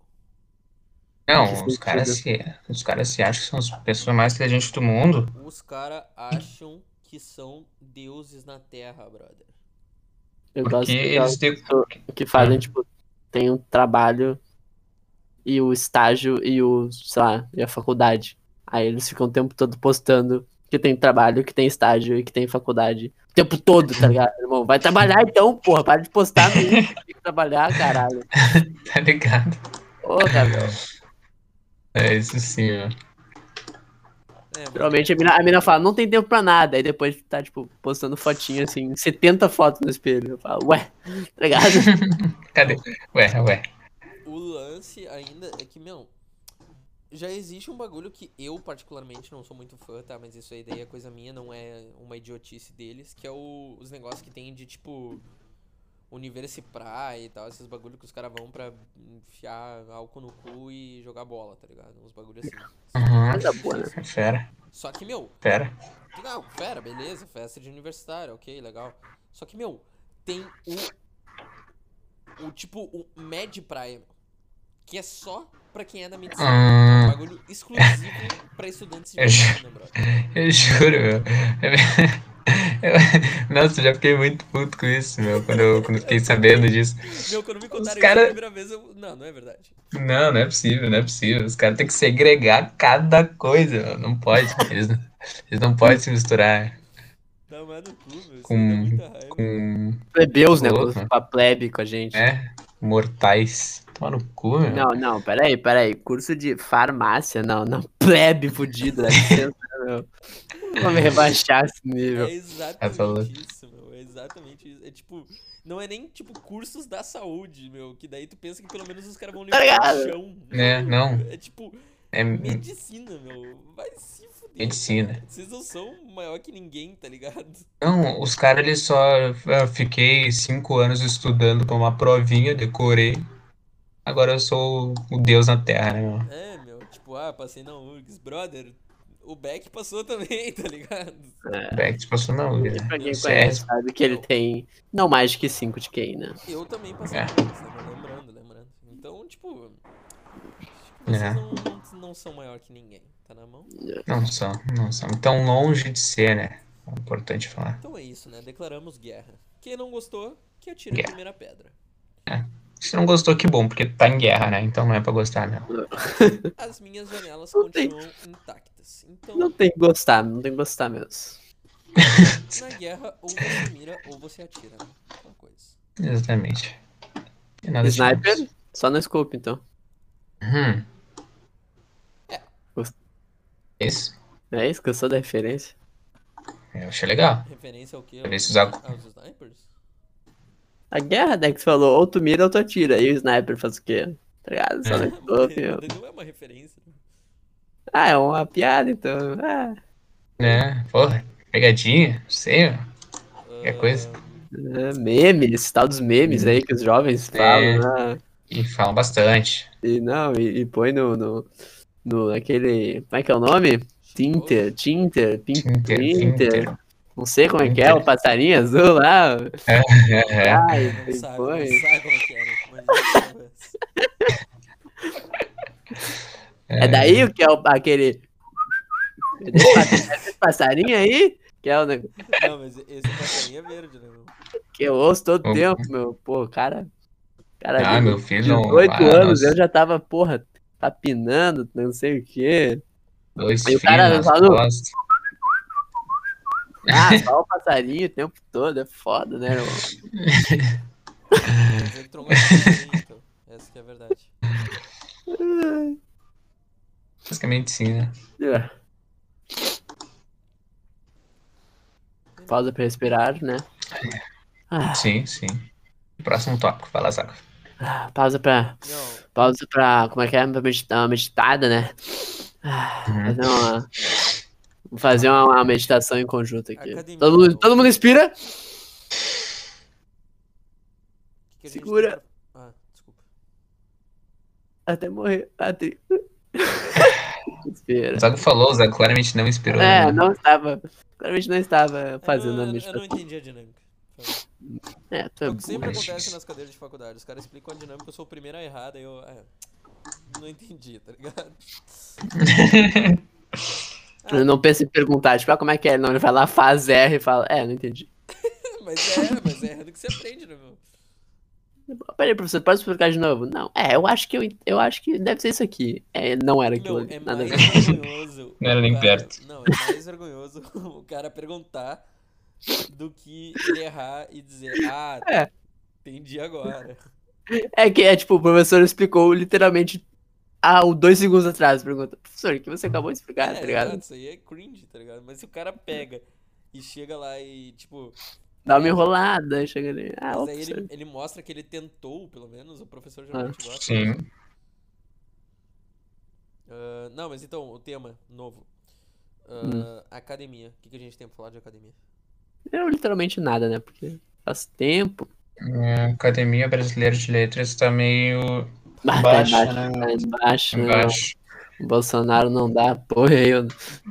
A: Não, os caras se, os caras se acham que são as pessoas mais inteligentes do mundo.
C: Os caras acham que são deuses na terra, brother.
B: Eu gosto
A: Porque
B: daquelas
A: eles de-
B: pessoas que fazem, tipo, tem um trabalho e o estágio e o, sei lá, e a faculdade. Aí eles ficam o tempo todo postando que tem trabalho, que tem estágio e que tem faculdade. O tempo todo, tá ligado, irmão? Vai trabalhar então, porra. Para de postar no Insta, tem que trabalhar, caralho.
A: Tá ligado?
B: Ô, Gabriel.
A: É isso sim, meu.
C: É, mas-
B: Geralmente a mina, a mina fala, não tem tempo pra nada. Aí depois tá, tipo, postando fotinho, assim, 70 fotos no espelho. Eu falo, ué, tá ligado?
A: Cadê? Ué, ué.
C: O lance ainda é que, meu, já existe um bagulho que eu particularmente não sou muito fã, tá? Mas isso aí daí é coisa minha, não é uma idiotice deles, que é o- os negócios que tem de tipo Universipra e tal, esses bagulho que os caras vão pra enfiar álcool no cu e jogar bola, tá ligado? Uns bagulho assim.
A: Uhum.
B: Coisa boa, né?
A: Fera,
C: Só que, meu,
A: fera.
C: não, pera, ah, beleza, festa de universitário, ok, legal. Só que, meu, tem o. O tipo, o Mad Praia, meu, que é só pra quem é da medicina. É um
A: Hum,
C: bagulho exclusivo pra estudantes de
A: Eu É ju-
C: medicina, brother.
A: eu juro, meu. Eu- Nossa, eu já fiquei muito puto com isso, meu, quando eu, quando eu fiquei sabendo disso.
C: Meu, quando me contaram
A: cara-
C: isso a primeira vez, eu. Não, não é verdade.
A: Não, não é possível, não é possível. Os caras têm que segregar cada coisa, meu. não pode. Eles não, eles não podem se misturar
C: Dá mais no Tá cu, meu. Isso
A: Com-
C: me dá muita raiva. É
A: com,
B: Plebeu os
A: Louco.
B: negócios pra plebe com a gente.
A: né, mortais. Toma no cu, meu.
B: Não, não, peraí, peraí. Curso de farmácia, não, não. Plebe fudido, né? dá licença, meu. Vou me rebaixar esse nível.
C: É
A: Essa lou-
C: exatamente isso, meu. É exatamente isso. É tipo, não é nem tipo cursos da saúde, meu. Que daí tu pensa que pelo menos os caras vão
B: Tá
C: limpar o
B: ligado?
C: chão.
A: É, não.
C: É tipo,
A: É,
C: medicina, meu. Vai se fuder.
A: Medicina.
C: cara. Vocês não são maior que ninguém, tá ligado?
A: não, os caras, eles só. Eu fiquei cinco anos estudando pra uma provinha, decorei. Agora eu sou o deus na terra, né, meu?
C: É, meu. Tipo, ah, passei na URGS. Brother, o Beck passou também, tá ligado?
A: Beck, tipo, passou na
B: E
A: URGS.
B: pra quem
A: Certo.
B: conhece, sabe que ele tem não mais que 5 de QI, né?
C: Eu também passei
A: É.
C: por isso, né? lembrando, lembrando. Então, tipo, tipo, vocês
A: É.
C: não, não- não são maior que ninguém, tá na mão?
A: Não são, não são. Tão longe de ser, né? É importante falar.
C: Então é isso, né? Declaramos guerra. Quem não gostou, que atire a
A: Guerra.
C: primeira pedra.
A: Se não gostou, que bom, porque tá em guerra, né? Então não é pra gostar, né?
C: As minhas janelas
B: Não tem-
C: continuam intactas. Então,
B: Não tem que gostar, não tem que gostar mesmo.
C: na guerra, ou você mira ou você atira. né? Aquela coisa.
A: Exatamente. E nada demais.
B: Sniper, só no scope, então.
A: Hum.
C: É.
A: É Isso?
B: É isso que eu sou da referência.
A: Eu achei legal.
C: Referência ao quê? Aos,
A: Referência ao-
C: aos snipers?
B: A guerra, né, que você falou, ou tu mira ou tu atira. E o sniper faz o quê? Tá ligado?
C: É.
B: Só no scope, meu.
C: Mas não é uma referência.
B: Ah, é uma piada, então. Ah,
A: Né? Porra, pegadinha, não sei, ó. É coisa.
C: Ah,
B: é, memes, esse tal dos memes aí que os jovens falam, né?
A: E falam bastante.
B: E não, e, e põe no, no, no aquele. Como é que é o nome? Tinter, Tinter, Pin-
A: Tinter,
B: Tinter.
A: tinter.
B: Não sei como é que é,
A: Tinter.
B: o passarinho azul lá.
A: É, é.
B: Ai, e
C: Não sabe,
B: põe.
C: não sabe como é que é, né? Mas-
B: É daí o que é o, aquele. É desse pa- é desse passarinho aí? Que é o neg-
C: Não, mas esse passarinho é verde, né? meu?
B: que eu ouço todo
A: Ô.
B: tempo, meu. Pô, cara. cara
A: Ah,
B: de
A: meu filho não.
B: 18
A: ah,
B: anos
A: nossa,
B: eu já tava, porra, tapinando, não sei o quê.
A: Dois
B: E o
A: filhos
B: cara
A: nas
B: falou-
A: costas.
B: Ah, só o passarinho o tempo todo, é foda, né, irmão?
C: Quer dizer que trombou esse passarinho, então. Essa que é a verdade.
A: Basicamente sim, né?
B: É. Pausa pra respirar, né? Ah,
A: Sim, sim. Próximo tópico, fala, Zaco.
B: ah, pausa pra.
C: Não,
B: Pausa pra. Como é que é? Pra meditar, uma meditada, né? Ah,
A: Uhum.
B: fazer uma. vou Fazer uma, uma meditação em conjunto aqui.
C: Academia.
B: Todo mundo, todo mundo inspira.
C: o que que a gente
B: Segura.
C: tem pra- Ah, desculpa.
B: Até morrer. Até... inspira.
A: O Zago falou, o Zago claramente não inspirou.
B: É,
A: né?
B: não estava. Claramente não estava
C: Eu
B: fazendo
C: não-
B: a
C: É, eu, eu não
B: meditação.
C: entendi a dinâmica. Foi.
B: É, tu
C: É
B: é
C: o que sempre
B: burro.
C: acontece nas cadeiras de faculdade. Os caras explicam a dinâmica, eu sou o primeiro a errar, daí eu. ah, não entendi, tá ligado?
B: Eu não penso em perguntar, tipo, ah, como é que é? Não, ele vai lá, faz R e fala, é, não entendi.
C: Mas é, mas é errando que você aprende, né, meu?
B: Peraí, professor, pode explicar de novo? Não, é, eu acho que eu, ent- eu acho que deve ser isso aqui. É, não era aquilo
C: Meu,
B: ali,
C: é
B: nada a
C: mais
B: ver.
C: vergonhoso.
A: Não era nem
C: o cara-
A: perto.
C: Não, é mais vergonhoso o cara perguntar do que ele errar e dizer, ah,
B: É.
C: entendi agora.
B: É que é tipo, o professor explicou literalmente há um- dois segundos atrás. Pergunta, professor, o que você acabou de explicar, tá ligado?
C: exato, Isso aí é cringe, tá ligado? Mas se o cara pega e chega lá e, tipo,
B: Dá uma enrolada, chega ali. Ah, ô,
C: mas aí
B: professor.
C: ele, ele mostra que ele tentou, pelo menos, o professor geralmente gosta.
A: Sim.
C: Ah, não, mas então, o tema novo. Ah,
B: Hum.
C: Academia. O que, que a gente tem pra falar de academia?
B: Não, literalmente nada, né? Porque faz tempo.
A: A um Academia Brasileira de Letras tá meio
B: Ah, tá
A: Baixa,
B: embaixo,
A: né?
B: tá embaixo, né?
A: embaixo.
B: O Bolsonaro não dá apoio aí,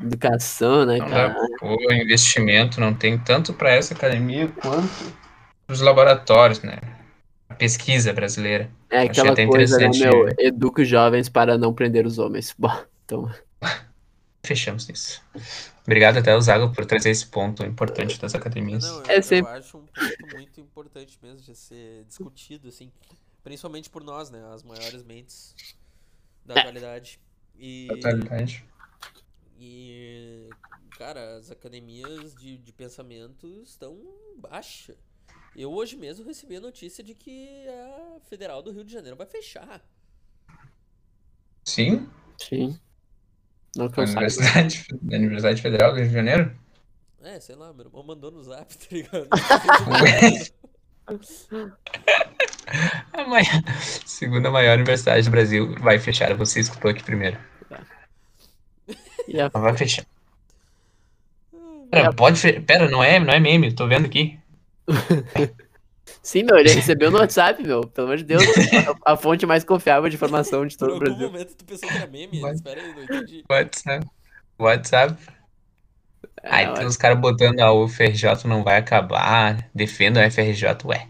B: educação, né,
A: Não
B: cara?
A: dá apoio, investimento não tem tanto para essa academia quanto para os laboratórios, né? A pesquisa brasileira.
B: É
A: Achei
B: aquela
A: até
B: coisa, né,
A: interessante.
B: meu? Educa os jovens para não prender os homens. Bom, então,
A: Fechamos isso. Obrigado até o Zago por trazer esse ponto importante das academias.
C: Não, eu,
B: É
C: eu
B: sempre-
C: acho um ponto muito importante mesmo de ser discutido, assim. Principalmente por nós, né? As maiores mentes da
B: É.
C: atualidade. E,
A: Totalidade.
C: e, cara, as academias de, de pensamento estão baixa. Eu hoje mesmo recebi a notícia de que a Federal do Rio de Janeiro vai fechar.
A: Sim,
B: sim. Não que
A: da
B: eu saiba.
A: Universidade, da Universidade Federal do Rio de Janeiro.
C: É, sei lá, meu irmão mandou no zap, tá ligado?
A: A maior- segunda maior universidade do Brasil vai fechar. Você escutou aqui primeiro.
B: E a-
A: Ela vai fechar.
B: É.
A: Pera, pode fe... Pera, não é, não é meme, tô vendo aqui.
B: Sim, meu, ele recebeu no WhatsApp, meu. Pelo amor de Deus. A, a fonte mais confiável de informação de todo
C: Por
B: o
C: algum
B: Brasil.
C: momento tu pensou que era meme?
A: Vai.
C: Espera aí, não entendi.
A: WhatsApp. WhatsApp.
B: É,
A: Ai, tem os caras botando ah, a UFRJ não vai acabar. Defenda a UFRJ, ué.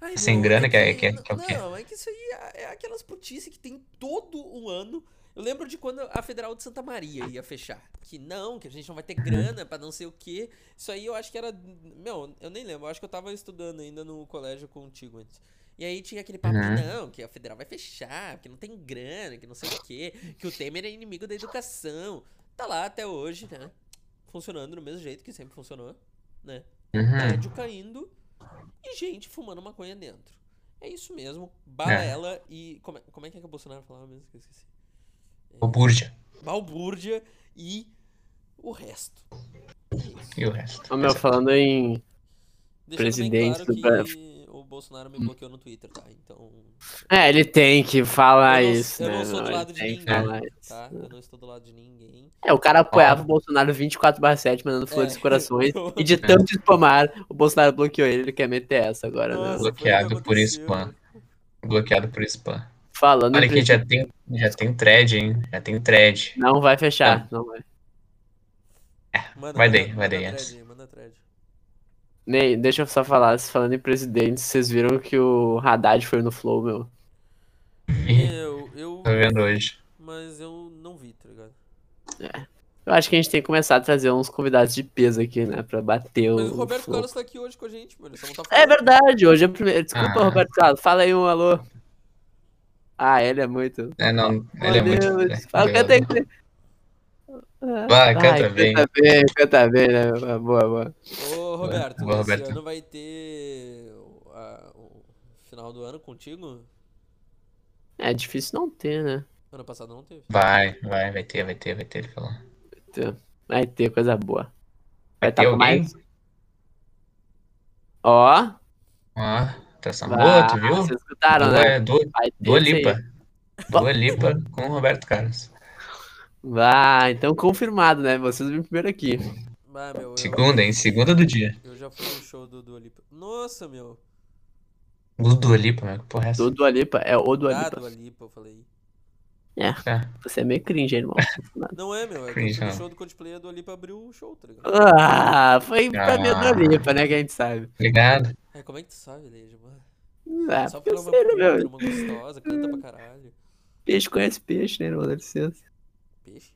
C: Ai,
A: Sem
C: não,
A: grana que é- que é- que é o quê?
C: Não, é que isso aí é, é aquelas putices que tem todo o ano. Eu lembro de quando a Federal de Santa Maria ia fechar. Que não, que a gente não vai ter
A: Uhum.
C: grana pra não sei o quê. Isso aí eu acho que era. Meu, eu nem lembro. Eu acho que eu tava estudando ainda no colégio contigo antes. E aí tinha aquele papo,
A: Uhum.
C: que não, que a Federal vai fechar, que não tem grana, que não sei o quê, que o Temer é inimigo da educação. Tá lá até hoje, né? Funcionando do mesmo jeito que sempre funcionou, né?
A: Uhum.
C: prédio caindo e gente fumando maconha dentro. É isso mesmo. Balela e. Como é, como é que é que o Bolsonaro falava mesmo? Que eu esqueci.
A: O Burja
C: Balbúrdia e o resto. É isso.
A: e o resto. Tá
B: Ô, meu, falando em
C: Deixando bem
B: Presidente
C: claro
B: do
C: que o Bolsonaro me bloqueou no Twitter, tá? Então.
B: É, ele tem que falar
C: eu não,
B: isso.
C: eu
B: né,
C: não sou
B: meu?
C: do
B: Ele
C: lado de
B: tem que
C: ninguém,
B: falar isso.
C: tá? Eu não estou do lado de ninguém.
B: É, o cara apoiava o Bolsonaro 24/7, mandando flores
C: É.
B: e corações. E de tanto spamar, o Bolsonaro bloqueou ele, ele quer meter essa agora, né?
C: Nossa, foi o que
A: Bloqueado por
C: aconteceu.
A: spam. Bloqueado por spam.
B: Falando
A: Olha
B: em
A: aqui, já tem, já tem thread, hein? Já tem thread.
B: não vai fechar,
A: Tá.
B: não vai.
C: Manda,
A: Vai
C: manda-
A: daí, vai daí,
C: manda thread
A: antes.
C: aí, Manda thread.
B: Ney, deixa eu só falar, falando em presidente, vocês viram que o Haddad foi no Flow, meu?
C: Eu, eu.
A: Tô vendo hoje.
C: Mas eu não vi, tá ligado?
B: Eu acho que a gente tem que começar a trazer uns convidados de peso aqui, né? Pra bater o.
C: Mas o Roberto
B: flow.
C: Carlos tá aqui hoje com a gente, mano. Você não tá
B: É
C: falando.
B: verdade, hoje é o primeiro. Desculpa,
A: Ah.
B: Roberto Carlos, fala aí um alô. Ah, ele é muito.
A: É, não, ele é
B: Meu
A: muito.
B: Deus, fala, canta aí. Ah,
A: Vai,
B: Ai,
A: canta bem.
B: Canta bem, canta bem, né? Boa, boa.
C: Ô, Roberto,
A: Boa,
C: esse
A: Roberto.
C: ano vai ter o- a- o final do ano contigo?
B: É difícil não ter, né?
C: Ano passado não teve.
A: Vai, vai, vai ter, vai ter, vai ter, ele falou.
B: Vai ter coisa boa. Vai
A: ter
B: tá com
A: alguém?
B: mais. Ó,
A: Ó, tá samba,
B: vai,
A: tu viu?
B: vocês escutaram, né?
A: Dua, Dua,
B: Vai ter
A: Dua
B: isso aí.
A: Lipa. Dua Lipa com o Roberto Carlos.
B: Vai, então confirmado, né? Vocês viram primeiro aqui.
C: Ah, meu, eu,
A: Segunda, hein? Segunda do dia.
C: eu já fui no show do Dua Lipa. Nossa, meu.
A: Do Dua Lipa, meu, que porra é essa?
B: Do Dua Lipa, é o Dua
C: Ah,
B: Lipa.
C: Dua Lipa, eu falei.
A: Ah,
B: Você é meio cringe, hein, irmão.
C: Não é, meu. É que eu
A: Cringe,
C: fui no
A: não.
C: show do Coldplay e a Dua Lipa abriu o show, tá ligado?
B: Ah, foi pra
A: Ah.
B: minha Dua Lipa, né? Que a gente sabe.
A: Obrigado.
C: É, como é que tu sabe, Leija, mano?
B: Ah,
C: Só
B: porque
C: porque
B: eu
C: ela
B: sei, né,
C: é uma puta,
B: meu?
C: uma gostosa, canta pra caralho.
B: Peixe conhece peixe, né, irmão? Dá licença.
C: Peixe.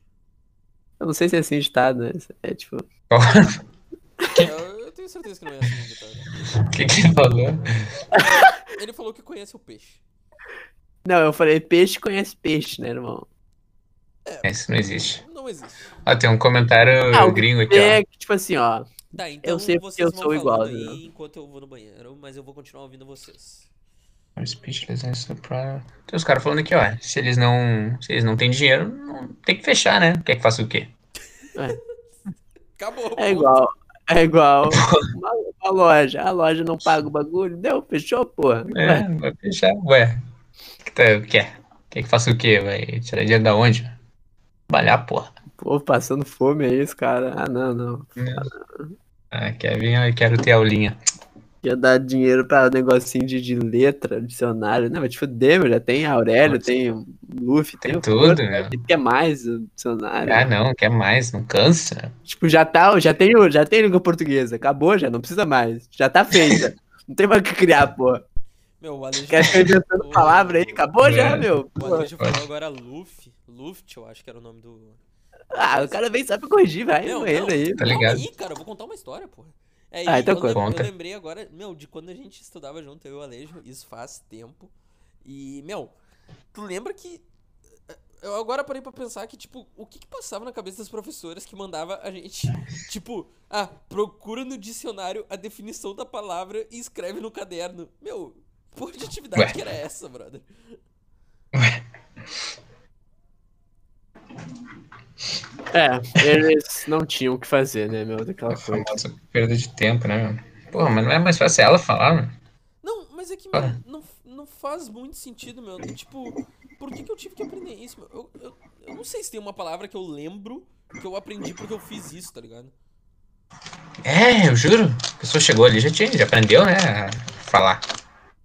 B: Eu não sei se é assim ditado, né? É tipo.
C: Eu, eu tenho certeza que não é assim, ditado.
A: O que que ele falou?
C: Ele falou que conhece o peixe.
B: Não, eu falei peixe conhece peixe, né, irmão?
A: É, Isso não existe.
C: Não existe.
A: Ó, tem um comentário
B: Ah, o
A: gringo aqui, ó.
B: É, que, tipo assim, ó.
C: Tá, então
B: sei porque
C: vocês
B: eu
C: vão
B: sou
C: falando
B: igual,
C: aí
B: né?
C: enquanto eu vou no banheiro, mas eu vou continuar ouvindo vocês.
A: Our speechless and surprised. Tem os caras falando aqui, ó. Se eles não. Se eles não têm dinheiro, não- tem que fechar, né? Quer que faça o quê?
C: Acabou.
B: É igual. É igual uma, uma loja. A loja não paga o bagulho. Deu, fechou, porra.
A: É, vai fechar. Ué. Que tá- Quer? Quer que faça o quê? Vai tirar dinheiro da onde? Trabalhar, porra.
B: Pô, passando fome é isso, cara. Ah, não, não.
A: Ah, quer vir? Eu quero ter aulinha.
B: Ia dar dinheiro pra negocinho de, de letra, dicionário. Não, mas te fuder, meu. Já tem Aurélio,
A: Nossa.
B: tem Luffy, tem,
A: Tem
B: o
A: tudo,
B: Flor,
A: né?
B: O que é mais o dicionário?
A: Ah, não, quer mais, não cansa.
B: Tipo, já tá, já tem, o- já tem língua portuguesa. Acabou já, não precisa mais. Já tá feita. não tem mais o que criar, porra.
C: Meu, o Alejo.
B: Quer ficar inventando
C: o-
B: palavra aí? Acabou já,
A: É.
B: meu.
C: O
B: Pô.
C: Alejo falou agora Luffy. Luft, eu acho que era o nome do.
B: Ah, o cara vem só pra corrigir, vai.
C: Não,
B: com ele
C: não.
B: aí.
A: Tá ligado?
C: Aí, cara, eu vou contar uma história, porra. É,
B: Ah,
C: e
B: então
C: eu, lem-
A: conta.
C: eu lembrei agora, meu, de quando a gente estudava junto, eu e o Alejo, isso faz tempo. E, meu, tu lembra que. Eu agora parei pra pensar que, tipo, o que que passava na cabeça das professoras que mandava a gente, tipo, ah, procura no dicionário a definição da palavra e escreve no caderno. Meu, porra de atividade
A: Ué.
C: que era essa, brother?
B: É, eles não tinham o que fazer, né, meu, daquela
A: A
B: coisa.
A: famosa perda de tempo, né, meu? Porra, mas não é mais fácil ela falar, mano?
C: Não, mas é que
A: Ah.
C: meu, não, não faz muito sentido, meu. Tipo, por que, que eu tive que aprender isso, meu? Eu, eu, eu não sei se tem uma palavra que eu lembro que eu aprendi porque eu fiz isso, tá ligado?
A: É, eu juro. A pessoa chegou ali, já tinha, já aprendeu, né? A falar.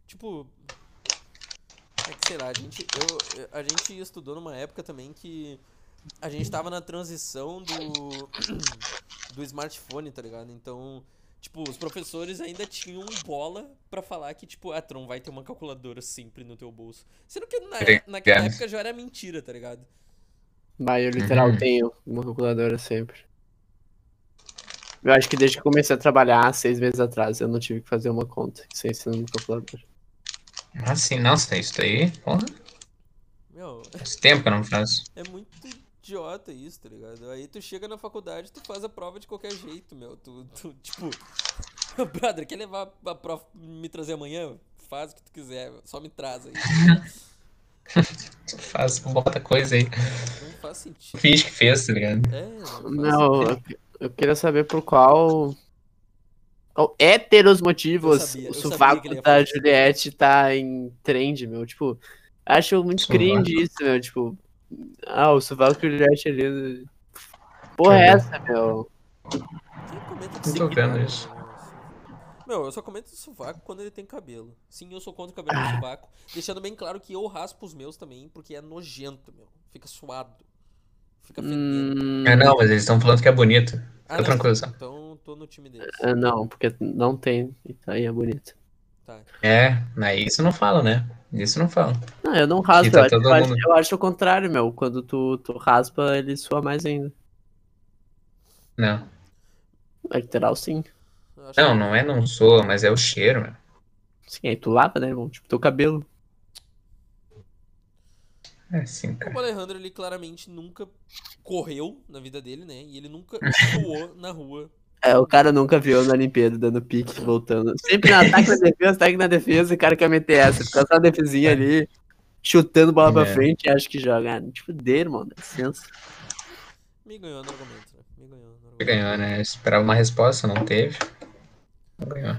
C: Tipo. É que sei lá, a gente, eu- eu- a gente estudou numa época também que a gente tava na transição do, do smartphone, tá ligado? Então, tipo, os professores ainda tinham bola pra falar que, tipo, ah, Tron vai ter uma calculadora sempre no teu bolso. Sendo que na,
A: Obrigado.
C: naquela época já era mentira, tá ligado?
B: Mas eu literal
A: Uhum.
B: tenho uma calculadora sempre. Eu acho que desde que eu comecei a trabalhar, seis meses atrás, eu não tive que fazer uma conta sem ser uma calculadora.
A: Assim, nossa, isso daí, porra,
C: Meu,
A: faz tempo que eu não faço.
C: É muito idiota isso, tá ligado? Aí tu chega na faculdade, tu faz a prova de qualquer jeito, meu. Tu, tu, tipo, brother, quer levar a prova me trazer amanhã? Faz o que tu quiser, meu. só me traz aí.
A: Só faz, bota coisa aí.
C: Não faz sentido.
A: Finge que fez, tá ligado?
C: É, não faz
B: Não,
C: sentido.
B: eu, eu queria saber por qual. Qual héteros motivos
C: Eu sabia, eu
B: o
C: sabia que
B: sovaco
C: ele ia falar
B: da
C: isso.
B: Juliette tá em trend, meu. Tipo, acho muito
A: Sovaco.
B: cringe isso, meu. Tipo, ah, o sovaco da Juliette ali. Porra,
C: Uhum.
B: é essa, meu.
C: Quem comenta
A: Não tô
C: sovaco,
A: vendo
C: né?
A: isso.
C: Meu, eu só comento sovaco quando ele tem cabelo. Sim, eu sou contra o cabelo do sovaco. Deixando bem claro que eu raspo os meus também, porque é nojento, meu. Fica suado. Fica fedendo.
B: Hum,
A: É, não, mas eles estão falando que é bonito. Fica
C: Ah, não,
A: tranquilo, só.
C: Então tô no time deles.
B: ah, não, porque não tem. Então aí é bonito.
C: Tá.
A: É, mas isso não fala, né? Isso não fala.
B: Não, eu não raspo.
A: E tá
B: eu, acho,
A: todo
B: eu acho-
A: mundo-
B: eu acho o contrário, meu. Quando tu, tu raspa, ele sua mais ainda.
A: Não.
B: É literal, sim.
C: Eu acho
A: Não,
C: que-
A: não é não sou, mas é o cheiro, meu.
B: Sim, aí tu lava, né, irmão? Tipo, teu cabelo.
A: É assim, cara.
C: O Alejandro, ele claramente nunca correu na vida dele, né? E ele nunca suou na rua.
B: É, o cara nunca viu na Olimpíada dando pique, voltando. Sempre na ataque na defesa, ataque na defesa, o cara quer meter essa. Fica só na defesinha ali, chutando bola pra
A: É.
B: frente e acho que joga. Ah, Tipo, dele, mano, dá licença.
C: Me ganhou no argumento, né? Me ganhou no argumento.
A: Ganhou, né? Eu esperava uma resposta, não teve. Não ganhou.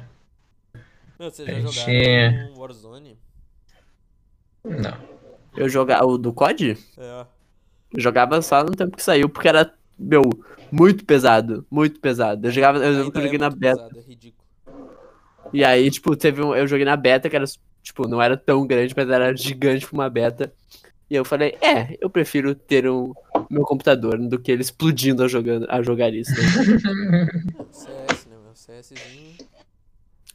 C: Meu, vocês
A: A
C: já
A: gente-
C: jogaram Warzone?
A: Não.
B: Eu jogava, o do COD?
C: É.
B: Eu jogava só no tempo que saiu, porque era, meu, muito pesado, muito pesado. Eu jogava, eu
C: Ainda
B: joguei
C: é
B: na
C: muito
B: beta.
C: pesado, é ridículo.
B: E aí, tipo, teve um. Eu joguei na beta, que era. Tipo, não era tão grande, mas era gigante pra uma beta. E eu falei, é, eu prefiro ter um meu computador do que ele explodindo a, jogando, a jogar isso. né?
C: CS, né, meu? CSzinho.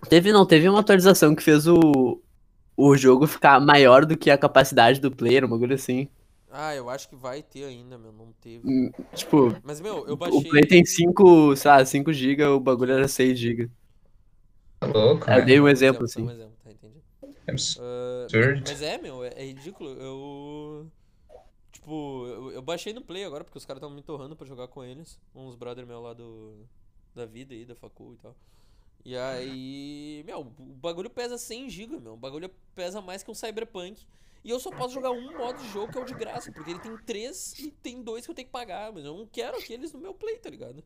B: teve, não, teve uma atualização que fez o, o jogo ficar maior do que a capacidade do player, um bagulho assim.
C: Ah, eu acho que vai ter ainda, meu. Não teve.
B: Hum, Tipo,
C: Mas, meu, eu
B: o
C: baixei.
B: play tem 5, sei lá, 5 GB, o bagulho era 6 GB.
A: Tá louco,
B: Eu
A: né?
B: dei um exemplo,
C: foi Um
B: assim.
C: exemplo, tá? Entendi.
A: É absurdo.
C: Ah, Mas é, meu, é, é ridículo. Eu. Tipo, eu, eu baixei no Play agora, porque os caras estavam me torrando pra jogar com eles. Uns brother meu lá do. Da vida aí, da facu e tal. E aí. Meu, o bagulho pesa 100 GB, meu. O bagulho pesa mais que um Cyberpunk. E eu só posso jogar um modo de jogo que é o de graça, porque ele tem três e tem dois que eu tenho que pagar, mas eu não quero aqueles no meu play, tá ligado?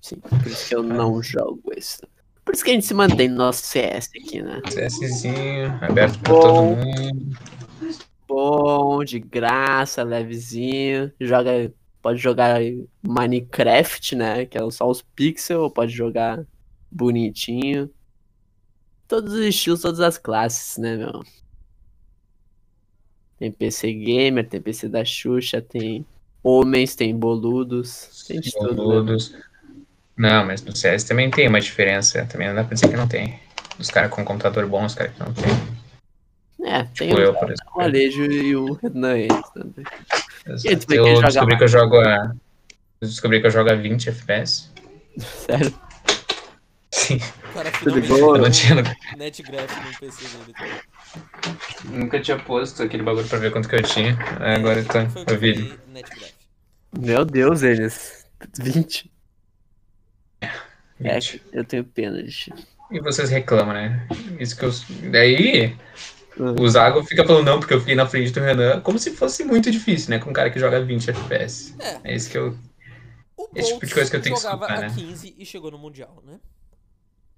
B: Sim, por isso que eu não jogo isso. Por isso que a gente se mantém no nosso CS aqui, né?
A: CSzinho, aberto pra
B: Bom.
A: todo mundo.
B: bom, de graça, levezinho. Joga, pode jogar Minecraft, né? Que é só os pixels, pode jogar bonitinho. Todos os estilos, todas as classes, né, meu? Tem PC gamer, tem PC da Xuxa, tem homens, tem boludos, tem de tudo. né?
A: Boludos. Não, mas no CS também tem uma diferença. Também não dá pra dizer que não tem. Os caras com computador bom, os caras que não tem.
B: É, tem
A: Tipo
B: o,
A: eu, por exemplo.
B: o Alejo e o Renan né? aí. sabe?
A: Exato.
B: vai querer
A: Eu
B: jogar
A: descobri que eu jogo a. Eu descobri que eu jogo a 20 FPS.
B: Sério.
A: Sim,
C: O cara
B: Tudo
C: finalmente
B: bom?
C: jogou
A: eu não tinha, nunca,
C: NetGraph no PC dele. tá cara.
A: nunca tinha posto aquele bagulho pra ver quanto que eu tinha. Aí Agora então, é eu, tô,
C: É, Foi o que
A: eu vi.
C: comprei NetGraph.
B: Meu Deus, eles. 20. É,
A: 20.
B: eu tenho pena de ti.
A: E vocês reclamam, né? Isso que eu. Daí,
B: Hum.
A: o Zago fica falando não, porque eu fiquei na frente do Renan, como se fosse muito difícil, né? Com um cara que joga 20 FPS. É isso que eu.
C: O
A: Esse tipo de coisa que eu tenho que
C: jogava
A: escutar,
C: a
A: né?
C: 15 e chegou no Mundial, né?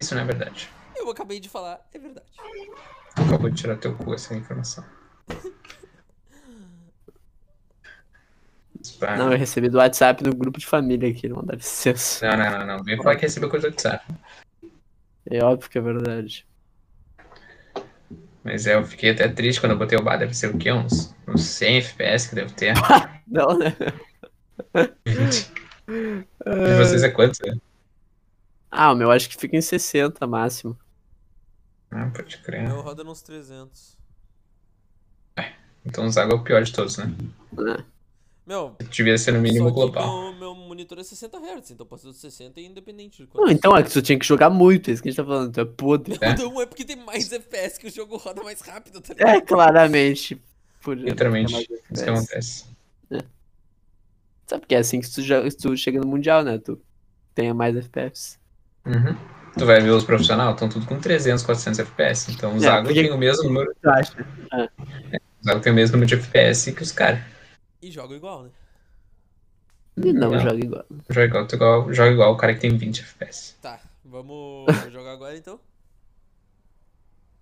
A: Isso não é verdade.
C: Eu acabei de falar, é verdade.
A: Acabou de tirar teu cu essa é informação. Pá.
B: Não, eu recebi do WhatsApp no grupo de família aqui, não dá licença.
A: Não, não, não, não. Vem falar que recebeu coisa do WhatsApp.
B: É óbvio que é verdade.
A: Mas é, eu fiquei até triste quando eu botei o bar, deve ser o quê? Uns, uns 100 FPS que deve ter.
B: Não, né?
A: De vocês é quanto?
B: Ah, o meu acho que fica em 60 máximo.
A: Ah, pode crer.
C: É, Eu rodo nos 300.
A: Então o Zago é o pior de todos, né?
B: né?
C: Meu,
A: Devia ser no mínimo
C: só que
A: global.
C: meu, meu monitor é 60 Hz, então passou de 60 e independente de
B: Não,
C: quanto.
B: então é que tu tinha que jogar muito, é isso que a gente tá falando, tu é podre.
A: É.
C: Então é porque tem mais FPS que o jogo roda mais rápido, tá ligado?
B: É, claramente. Por...
A: Literalmente.
B: é mais
A: Isso que
B: FPS.
A: acontece.
B: Sabe porque é assim que tu, já, tu chega no Mundial, né? Tu tenha mais FPS.
A: Uhum. Tu vai ver os profissionais, estão tudo com 300, 400 FPS. Então o
B: É,
A: Zago
B: porque-
A: tem o mesmo número.
B: Tu acha?
A: O Zago tem o mesmo número de FPS que os caras.
C: E joga igual, né?
B: E não,
A: Não.
B: joga igual.
A: Joga igual, tu igual- joga igual o cara que tem 20 FPS.
C: Tá, vamos jogar agora então?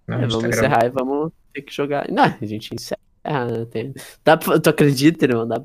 A: Não,
B: É,
A: a gente
B: vamos
A: tá gravando.
B: encerrar e vamos ter que jogar. Não, a gente encerra. né? Tem... Dá pra... Tu acredita, irmão? Dá pra